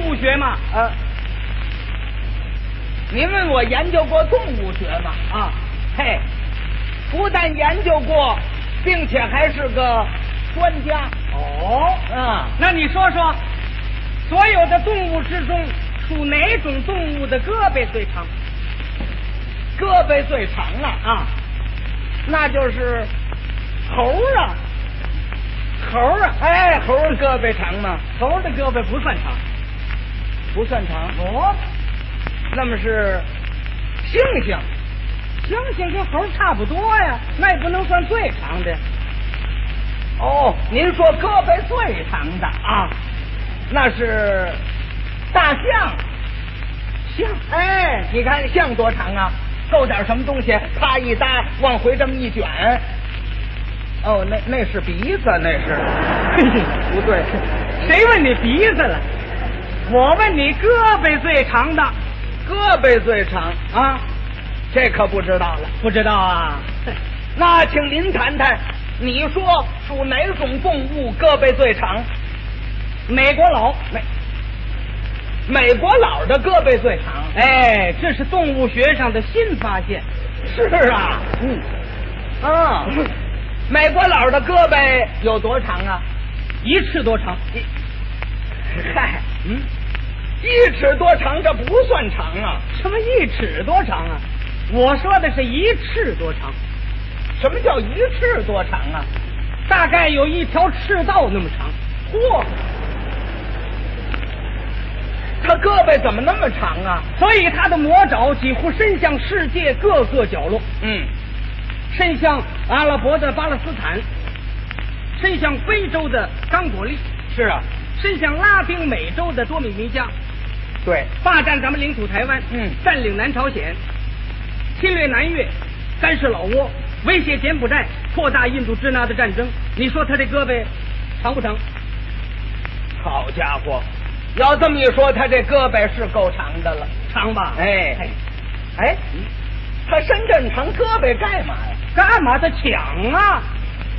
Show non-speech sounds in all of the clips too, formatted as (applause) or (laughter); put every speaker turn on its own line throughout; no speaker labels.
物学嘛，
啊，
您问我研究过动物学吗？啊，嘿，不但研究过，并且还是个专家。
哦，
啊，
那你说说，所有的动物之中，属哪种动物的胳膊最长？
胳膊最长了啊，那就是猴儿啊。
猴儿啊，
哎，猴儿胳膊长吗？
猴儿的胳膊不算长。
不算长。
哦，
那么是猩猩，
猩猩跟猴儿差不多呀，那也不能算最长的。
哦，您说胳膊最长的啊，那是大象。
象
哎，你看象多长啊？够点什么东西，啪一搭，往回这么一卷。哦，那那是鼻子，那是不对。
谁问你鼻子了？我问你胳膊最长的，
胳膊最长啊，这可不知道了。
不知道啊？
那请您谈谈，你说属哪种动物胳膊最长？
美国佬，
美美国佬的胳膊最长。
哎，这是动物学上的新发现。
是啊，嗯，啊，美国佬的胳膊有多长啊？
一尺多长？
嗨，嗯，一尺多长，这不算长啊。
什么一尺多长啊？我说的是一尺多长，
什么叫一尺多长啊？
大概有一条赤道那么长。
嚯，他胳膊怎么那么长啊？
所以它的魔爪几乎伸向世界各个角落，
嗯，
伸向阿拉伯的巴勒斯坦，伸向非洲的刚果利，
是啊，
伸向拉丁美洲的多米尼加，
对，
霸占咱们领土台湾，
嗯
占领南朝鲜，侵略南越，干涉老挝，威胁柬埔寨，扩大印度支那的战争。你说他这胳膊长不长？
好家伙，要这么一说，他这胳膊是够长的了。
长吧？
哎，哎，他伸这么长胳膊干嘛呀？
干嘛的抢啊？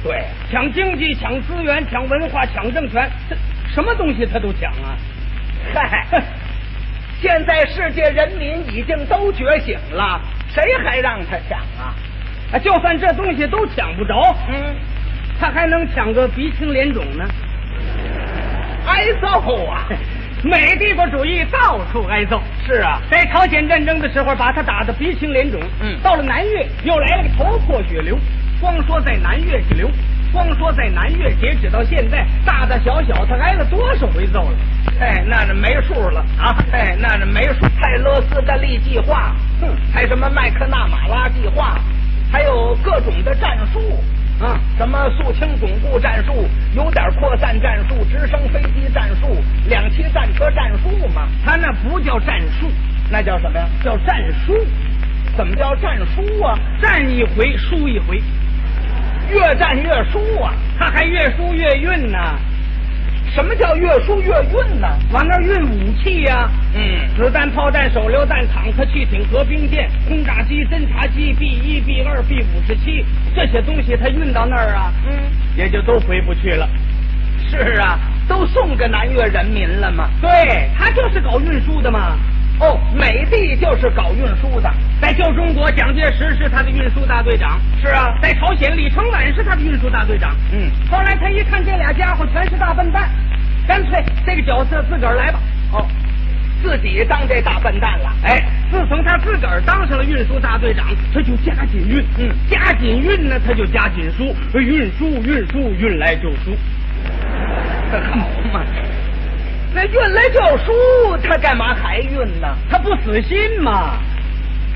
对，
抢经济，抢资源，抢文化，抢政权，这什么东西他都抢啊！
嗨，现在世界人民已经都觉醒了，谁还让他抢啊？
啊，就算这东西都抢不着，
嗯，
他还能抢个鼻青脸肿呢。
挨揍啊！
美帝国主义到处挨揍，
是啊，
在朝鲜战争的时候把他打得鼻青脸肿，
嗯
到了南越又来了个头破血流，光说在南越血流，光说在南越，截止到现在，大大小小他挨了多少回揍了？
哎，那这没数了啊！哎，那这没数。泰勒斯的利计划，哼，还什么麦克纳马拉计划，还有各种的战术。
啊，
什么肃清总部战术、有点扩散战术、直升飞机战术、两栖战车战术嘛？
他那不叫战术，
那叫什么呀？
叫战书，
怎么叫战书啊？
战一回输一回，
越战越输啊！
他还越输越运呢、
什么叫越输越运呢？
往那儿运武器呀、
嗯
子弹、炮弹、手榴弹、坦克、汽艇、核兵舰、轰炸机、侦察机 B 一、B 二、B 五十七这些东西，它运到那儿啊，
嗯，
也就都回不去了。
是啊，都送给南越人民了嘛。
对，它就是搞运输的嘛。
哦，美帝就是搞运输的。
在旧中国，蒋介石是他的运输大队长；
是啊，
在朝鲜，李承晚是他的运输大队长。
嗯，
后来他一看这俩家伙全是大笨蛋，干脆这个角色自个儿来吧。
哦，自己当这大笨蛋了。
哎，自从他自个儿当上了运输大队长，他就加紧运，
嗯
加紧运呢，他就加紧输，运输运输运来就输，
这 (laughs) 好嘛，那运来就输，他干嘛还运呢？
他不死心嘛。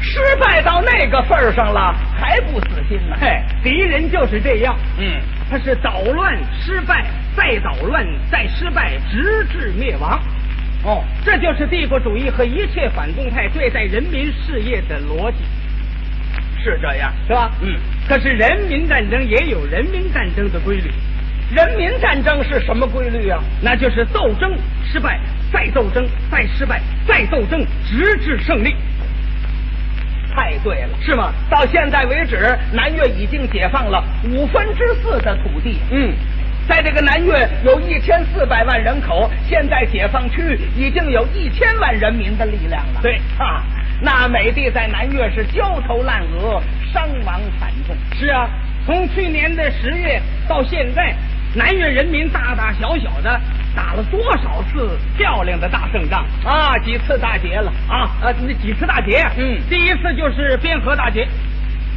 失败到那个份儿上了，还不死心呢？
嘿，敌人就是这样，
嗯，
他是捣乱、失败，再捣乱，再失败，直至灭亡。
哦，
这就是帝国主义和一切反动派对待人民事业的逻辑，
是这样。
是吧？
嗯。
可是人民战争也有人民战争的规律，
人民战争是什么规律啊？
那就是斗争失败，再斗争，再失败，再斗争，直至胜利，
太对了。
是吗？
到现在为止，南越已经解放了五分之四的土地，
嗯，
在这个南越有一千四百万人口，现在解放区已经有一千万人民的力量了。
对
啊，那美帝在南越是焦头烂额，伤亡惨重。
是啊，从去年的十月到现在，南越人民大大小小的打了多少次漂亮的大胜仗
啊，几次大捷了
啊
啊！！
呃，那几次大捷，
嗯
第一次就是边河大捷，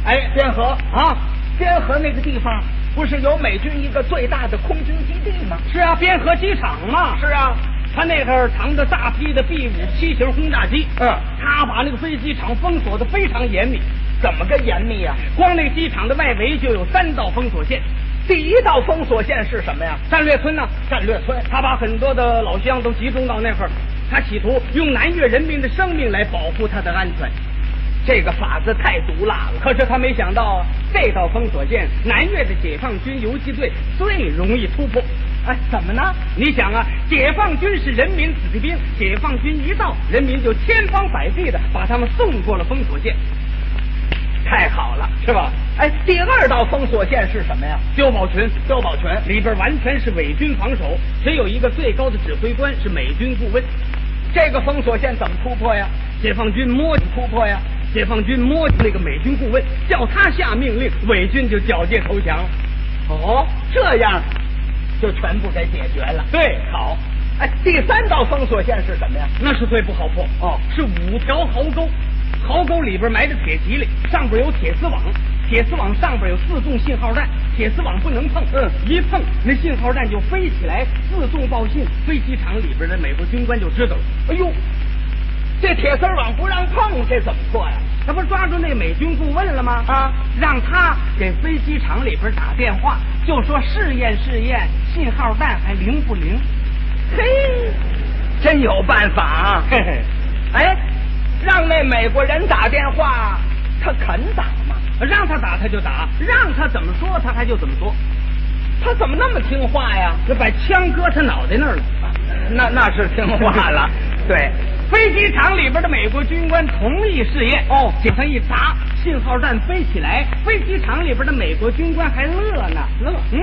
哎，边河
啊，
边河那个地方不是有美军一个最大的空军基地吗？
是啊，边河机场嘛，
是啊，
他那头藏着大批的 B 五七型轰炸机，
嗯
他把那个飞机场封锁的非常严密，
怎么个严密呀、
光那个机场的外围就有三道封锁线，
第一道封锁线是什么呀？
战略村呢、
战略村。
他把很多的老乡都集中到那块儿，他企图用南越人民的生命来保护他的安全。
这个法子太毒辣了。
可是他没想到，啊这道封锁线，南越的解放军游击队最容易突破。
哎，怎么呢？
你想啊，解放军是人民子弟兵，解放军一到，人民就千方百计的把他们送过了封锁线，
太好了。
是吧？
哎，第二道封锁线是什么呀？
碉堡群，
碉堡群。
里边完全是伪军防守，只有一个最高的指挥官是美军顾问。
这个封锁线怎么突破呀？
解放军摸
突破呀？
解放军摸那个美军顾问，叫他下命令，伪军就缴械投降。
哦，这样就全部给解决了。
对，好，
哎，第三道封锁线是什么呀？
那是最不好破
哦
是五条壕沟，壕沟里边埋着铁蒺藜，上边有铁丝网，铁丝网上边有自动信号弹，铁丝网不能碰，
嗯
一碰那信号弹就飞起来，自动报信，飞机场里边的美国军官就知道了。
哎呦，这铁丝网不让碰，这怎么破呀？
那不是抓住那个美军顾问了吗？
啊
让他给飞机场里边打电话，就说试验试验信号弹还灵不灵。
嘿，真有办法啊！
嘿嘿，
哎，让那美国人打电话，他肯打吗？
让他打他就打，让他怎么说他还就怎么说。
他怎么那么听话呀？
那把枪搁他脑袋那儿了。
那那是听话 (laughs) 了，对，
飞机场里边的美国军官同意试验。哦，给他一砸，信号弹飞起来，飞机场里边的美国军官还乐呢，乐。嗯，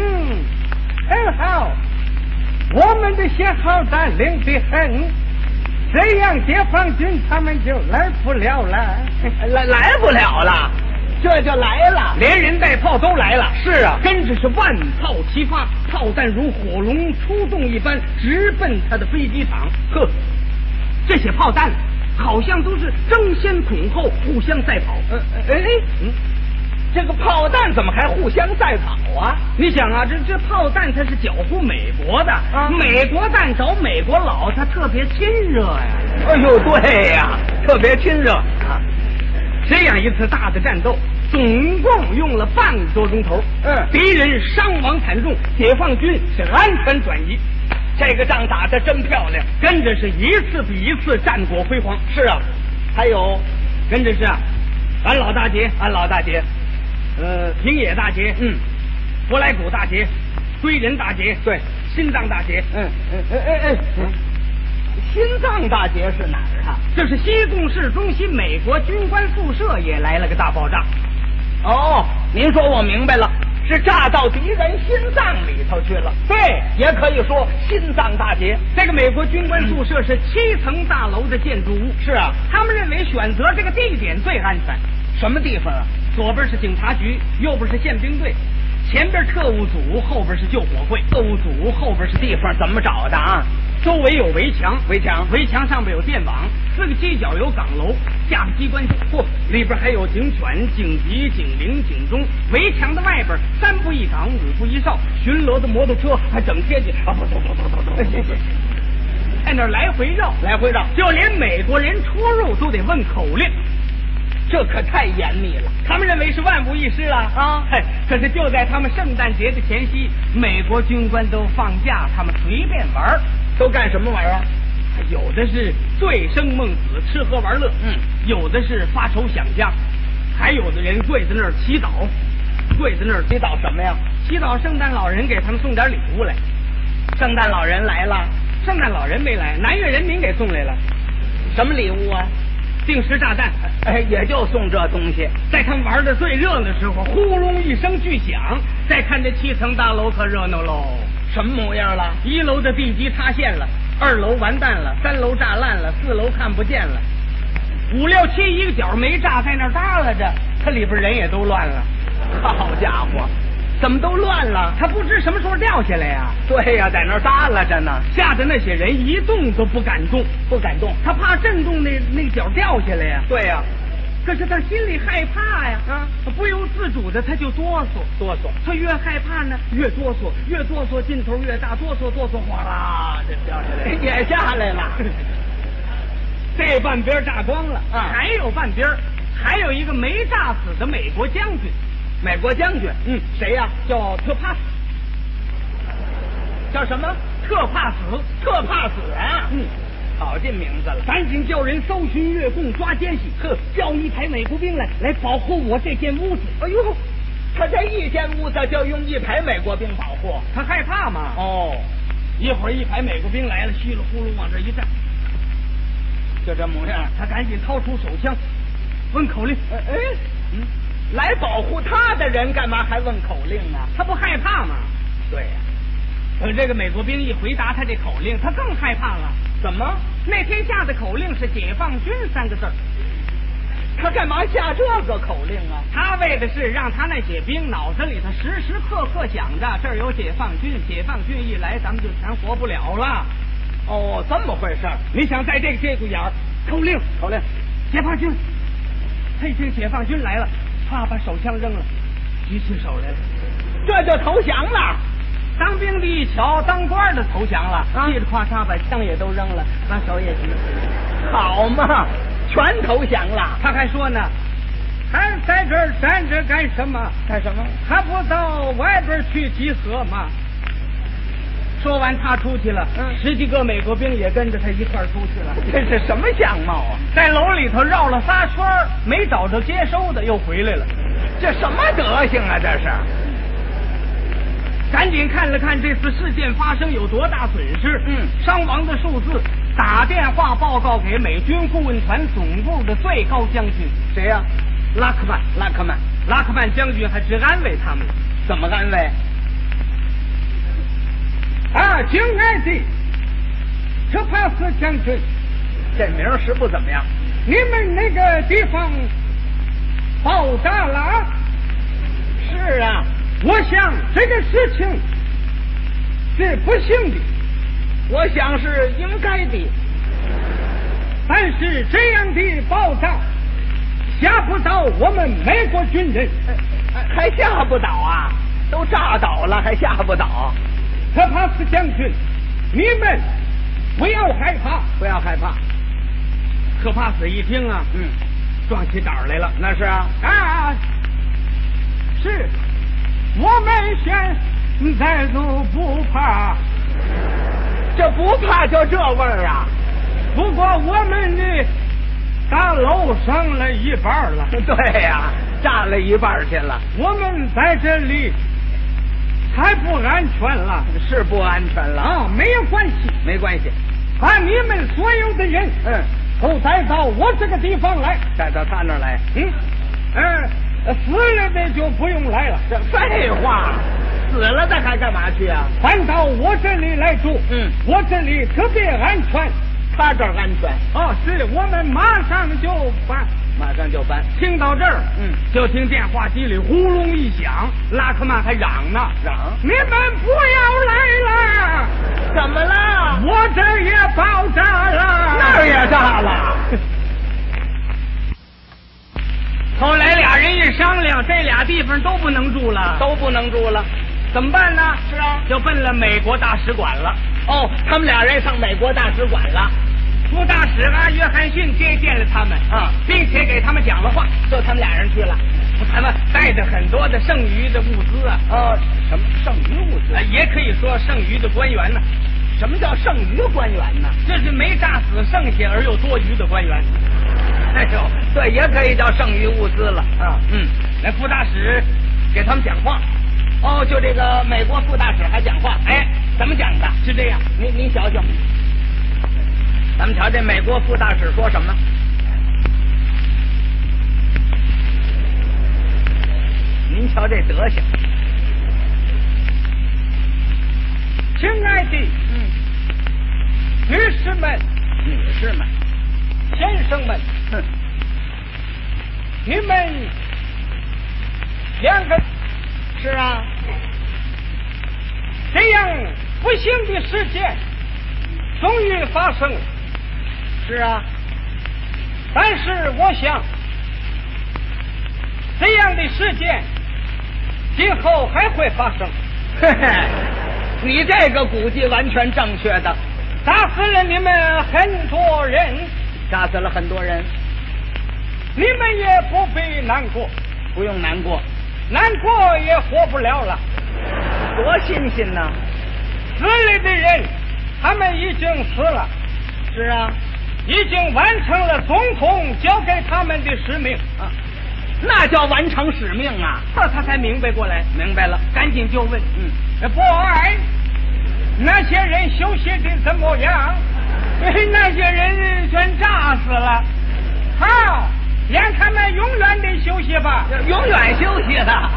很好，我们的信号弹灵得很，这样解放军他们就来不了了。
(laughs) 来来不了了，这就来了。
连人带炮都来了。
是啊
跟着是万炮齐发，炮弹如火龙出洞一般，直奔他的飞机场。呵，这些炮弹好像都是争先恐后，互相赛跑。
呃呃哎，嗯，这个炮弹怎么还互相赛跑啊？
你想啊，这这炮弹它是缴获美国的，
啊
美国蛋找美国佬，它特别亲热呀、
哎呦，对呀、特别亲热啊。
这样一次大的战斗，总共用了半个多钟头。
嗯
敌人伤亡惨重，解放军是安全转移。
这个仗打得真漂亮。
跟着是一次比一次战果辉煌。
是啊，还有，
跟着是啊，俺老大捷，
安老大姐，
呃，平野大捷，
嗯，
博莱谷大捷，归仁大捷，
对，
新藏大捷，
嗯嗯嗯嗯嗯，心脏大姐是哪儿啊？
这是西贡市中心美国军官宿舍也来了个大爆炸。
哦，您说我明白了，是炸到敌人心脏里头去了。
对，
也可以说心脏大捷。
这个美国军官宿舍是七层大楼的建筑物，
是啊，
他们认为选择这个地点最安全。
什么地方啊？
左边是警察局，右边是宪兵队，前边特务组，后边是救火会。特务组后边是地
地
方
方怎么找的啊？
周围有围墙，
围墙
围墙上面有电网，四个犄角有岗楼，架着机关枪，嚯、里边还有警犬、警笛、警铃、警钟。围墙的外边三步一岗，五步一哨，巡逻的摩托车还整天去啊，不不不不不不，在那儿来回绕，
来回绕，
就连美国人出入都得问口令。
这可太严密了。
他们认为是万无一失了
啊
嘿，可是就在他们圣诞节的前夕，美国军官都放假，他们随便玩儿。
都干什么玩意儿？
啊有的是醉生梦死，吃喝玩乐，
嗯
有的是发愁想家，还有的人跪在那儿祈祷，跪在那儿
你找什么呀？
祈祷圣诞老人给他们送点礼物来。
圣诞老人来了，
圣诞老人没来，南越人民给送来了，
什么礼物啊？
定时炸弹。
哎，也就送这东西。
在他们玩的最热闹的时候，轰隆一声巨响，再看这七层大楼可热闹喽。
什么模样了？
一楼的地基塌陷了，二楼完蛋了，三楼炸烂了，四楼看不见了，五六七一个角没炸，在那儿耷拉着，它里边人也都乱了。
好家伙，怎么都乱了？
它不知什么时候掉下来呀、
对呀、在那儿耷拉着呢，
吓得那些人一动都不敢动，
不敢动。
他怕震动那那角掉下来呀、
对呀、
可是他心里害怕呀，啊，不由自主的他就哆嗦，
哆嗦。
他越害怕呢，越哆嗦，越哆嗦劲头越大，哆嗦哆嗦，哗啦，这掉下来了，
(laughs) 也下来了，
(laughs) 这半边炸光了，
啊
还有半边儿，还有一个没炸死的美国将军，
美国将军，
嗯
谁呀、
叫特帕斯，
叫什么？
特帕斯，
特怕死啊！
嗯，
好这名字了。
赶紧叫人搜寻越共，抓奸细，呵，叫一排美国兵来，来保护我这间屋子。
哎呦，他这一间屋子就用一排美国兵保护。
他害怕嘛？
哦，
一会儿一排美国兵来了，稀里呼噜往这一站，
就这模样。
他赶紧掏出手枪，问口令。
哎哎，嗯，来保护他的人干嘛还问口令啊？
他不害怕吗？
对呀、
可呃这个美国兵一回答他这口令，他更害怕了。
怎么？
那天下的口令是“解放军”三个字儿，
他干嘛下这个口令啊？
他为的是让他那些兵脑子里头时时刻刻想着这儿有解放军，解放军一来咱们就全活不了了。
哦，这么回事儿。
你想在这个节骨眼儿，口令
口令，
解放军，他一听解放军来了，啪把手枪扔了，举起手来了。
这就投降了。
当兵的一瞧，当官的投降了，
啊
叽里夸嚓把枪也都扔了，把手也举起来。
好嘛，全投降了。
他还说呢，还在这儿站着干什么？
干什么？
还不到外边去集合吗？说完，他出去了，
嗯
十几个美国兵也跟着他一块儿出去了，
这是什么相貌啊？
在楼里头绕了仨圈儿，没找着接收的，又回来了。
这什么德行啊？这是。
赶紧看了看这次事件发生有多大损失，
嗯
伤亡的数字，打电话报告给美军顾问团总部的最高将军
谁呀、
拉克曼。
拉克曼。
拉克曼将军还是安慰他们了
怎么安慰？
啊，亲爱的，特帕斯将军，
这名儿实不怎么样。
你们那个地方爆炸了啊，
是啊，
我想这个事情是不幸的。
我想是应该的。
但是这样的爆炸吓不到我们美国军人。
哎哎还吓不倒啊？都炸倒了，还吓不倒？
特帕斯将军，你们不要害怕。
不要害怕。
特帕斯一听啊，
嗯，
壮起胆儿来了。
那是啊。
啊，是，我们现在都不怕，
这不怕就这味儿啊？ (laughs)
不过我们的大楼上了一半儿了。
对呀、炸了一半儿去了，
我们在这里太不安全了
是不安全了。
啊！没有关系，
没关系。
把你们所有的人
嗯，
都带到我这个地方来。
带到他那儿来。
嗯，呃，死了的就不用来了，
这废话，死了的还干嘛去啊？
搬到我这里来住。
嗯
我这里特别安全。
他这儿安全，
哦，是我们马上就搬。
马上就搬。
听到这儿，
嗯，
就听电话机里轰隆一响，拉克曼还嚷呢，
嚷
你们不要来了。
怎么了？
我这儿也爆炸了，
那儿也炸了。
后来俩人一商量，这俩地方都不能住了，
都不能住了。
怎么办呢？
是啊。
就奔了美国大使馆了。
哦，他们俩人上美国大使馆了。
副大使啊，约翰逊接见了他们
啊
并且给他们讲了话，
就他们俩人去了。
他们带着很多的剩余的物资啊，
呃，什么剩余物资
呃也可以说剩余的官员呢、
什么叫剩余官员呢？
这是没炸死剩下而又多余的官员。
哎呦，对，也可以叫剩余物资了啊。
嗯，那副大使给他们讲话，
哦，就这个美国副大使还讲话，哎，怎么讲的？
是这样。
您您瞧瞧，咱们瞧这美国副大使说什么？您瞧这德行，嗯
生们，哼，你们两个是啊，这样不幸的事件终于发生，是啊，但是我想，这样的事件今后还会发生。
嘿嘿，你这个估计完全正确的，
打死了你们很多人，
杀死了很多人，
你们也不必难过，
不用难过，
难过也活不了了。
多新鲜呐！
死了的人，他们已经死了，
是啊，
已经完成了总统交给他们的使命。
啊，那叫完成使命啊！
这他才明白过来，
明白了，
赶紧就问：
嗯，
不爱那些人休息的怎么样？ (laughs) 那些人全炸死了。好，让他们永远的休息吧。
永远休息的。